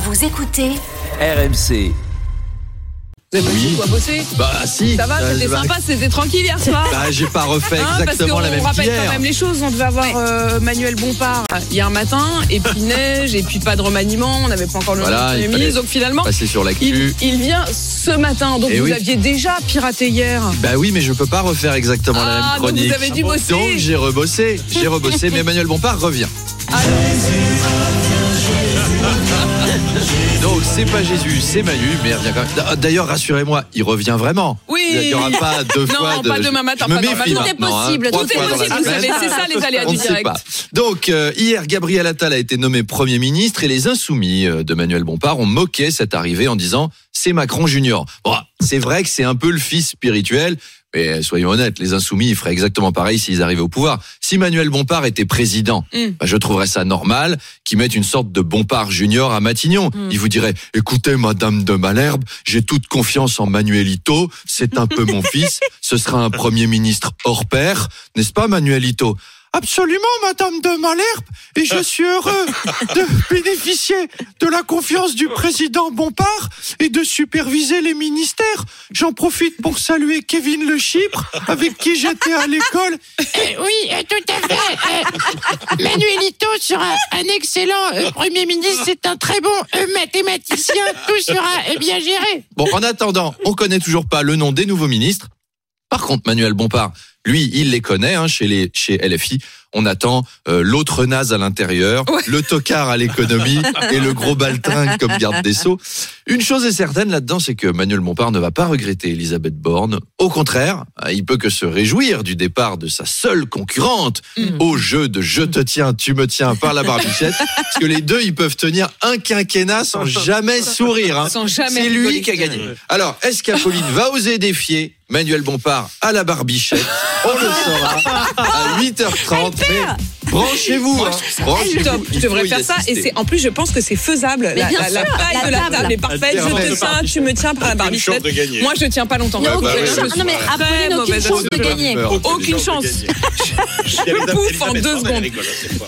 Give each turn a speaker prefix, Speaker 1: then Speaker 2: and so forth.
Speaker 1: Vous écoutez
Speaker 2: RMC.
Speaker 3: C'est pas oui. quoi bosser
Speaker 2: Bah si.
Speaker 3: Ça va,
Speaker 2: Euh,
Speaker 3: c'était
Speaker 2: bah,
Speaker 3: sympa, c'était tranquille hier soir.
Speaker 2: Bah j'ai pas refait
Speaker 3: Hein, parce
Speaker 2: exactement
Speaker 3: qu'on
Speaker 2: la même
Speaker 3: rappelle
Speaker 2: pierre.
Speaker 3: quand même les choses. On devait avoir euh, Manuel Bompard hier matin, et puis neige, et puis pas de remaniement. On n'avait pas encore le nom
Speaker 2: Voilà,
Speaker 3: de
Speaker 2: il
Speaker 3: Premier ministre.
Speaker 2: fallait
Speaker 3: Donc finalement,
Speaker 2: Passer sur l'actu.
Speaker 3: il, il vient ce matin. Donc
Speaker 2: Eh
Speaker 3: vous
Speaker 2: oui.
Speaker 3: aviez déjà piraté hier.
Speaker 2: Bah oui, mais je peux pas refaire exactement la
Speaker 3: Ah,
Speaker 2: même
Speaker 3: donc
Speaker 2: chronique.
Speaker 3: vous avez dû bosser.
Speaker 2: Donc j'ai rebossé, j'ai rebossé, mais Emmanuel Bompard revient. Donc c'est pas Jésus, c'est Manu, mais il revient quand même. D'a- D'ailleurs, rassurez-moi, il revient vraiment.
Speaker 3: Oui.
Speaker 2: Il n'y aura pas deux
Speaker 3: Non,
Speaker 2: fois de.
Speaker 3: pas demain matin,
Speaker 2: Je me
Speaker 3: pas demain
Speaker 2: méfie
Speaker 3: matin. Tout est
Speaker 2: maintenant, hein.
Speaker 3: possible,
Speaker 2: Trois
Speaker 3: tout est
Speaker 2: fois dans la
Speaker 3: possible, vous
Speaker 2: semaine.
Speaker 3: savez, c'est ça, les aléas
Speaker 2: On
Speaker 3: du
Speaker 2: ne sait
Speaker 3: direct.
Speaker 2: pas. Donc euh, hier, Gabriel Attal a été nommé Premier ministre et les insoumis euh, de Manuel Bompard ont moqué cette arrivée en disant c'est Macron Junior. Bon, c'est vrai que c'est un peu le fils spirituel. Mais euh, soyons honnêtes, les insoumis ils feraient exactement pareil s'ils arrivaient au pouvoir. Si Manuel Bompard était président,
Speaker 3: Mm.
Speaker 2: bah, je trouverais ça normal qu'ils mettent une sorte de Bompard junior à Matignon.
Speaker 4: Mm.
Speaker 2: Ils vous diraient, écoutez, madame de Malherbe, j'ai toute confiance en Manuelito, c'est un peu mon fils, ce sera un premier ministre hors pair, n'est-ce pas Manuelito Absolument, Madame de Malherbe, et je suis heureux de bénéficier de la confiance du président Bompard et de superviser les ministères. J'en profite pour saluer Kevin Le Chypre, avec qui j'étais à l'école.
Speaker 4: Oui, euh, tout à fait. Euh, Manuelito sera un excellent euh, Premier ministre, c'est un très bon euh, mathématicien, tout sera euh, bien géré.
Speaker 2: Bon, en attendant, on connaît toujours pas le nom des nouveaux ministres. Par contre, Manuel Bompard, lui, il les connaît hein, chez les chez LFI. On attend euh, l'autre naze à l'intérieur, le tocard à l'économie et le gros baltringue comme garde des sceaux. Une chose est certaine là-dedans, c'est que Manuel Bompard ne va pas regretter Elisabeth Borne. Au contraire, hein, il peut que se réjouir du départ de sa seule concurrente
Speaker 3: Mm.
Speaker 2: au jeu de je te tiens, tu me tiens par la barbichette, parce que les deux, ils peuvent tenir un quinquennat sans jamais sourire. hein.
Speaker 3: Sans jamais
Speaker 2: C'est
Speaker 3: rigoler.
Speaker 2: lui qui a gagné. Alors, est-ce qu'Apolline va oser défier Manuel Bompard à la barbichette On le saura à 8h30. mais branchez-vous. hein. Branchez-vous.
Speaker 3: Top, je
Speaker 2: Il
Speaker 3: devrais
Speaker 2: faut y
Speaker 3: faire ça et
Speaker 2: assister.
Speaker 3: c'est en plus je pense que c'est faisable. La,
Speaker 5: bien
Speaker 3: la- la
Speaker 5: sûr,
Speaker 3: taille
Speaker 5: la
Speaker 3: de la
Speaker 5: table.
Speaker 3: table est parfaite.
Speaker 2: Aucune
Speaker 3: Je te
Speaker 2: chance.
Speaker 3: tiens, tu me tiens par la barbichette. Moi je tiens pas longtemps.
Speaker 5: Non,
Speaker 2: bah,
Speaker 5: aucune
Speaker 2: ouais,
Speaker 5: chance.
Speaker 2: ouais,
Speaker 5: Ah Non, mais
Speaker 2: ouais.
Speaker 5: Apolline,
Speaker 3: Très
Speaker 5: aucune
Speaker 3: mauvaise
Speaker 5: chance de
Speaker 3: odeur.
Speaker 5: gagner.
Speaker 2: Peur.
Speaker 3: Aucune chance.
Speaker 6: Je
Speaker 3: pouffe en deux secondes.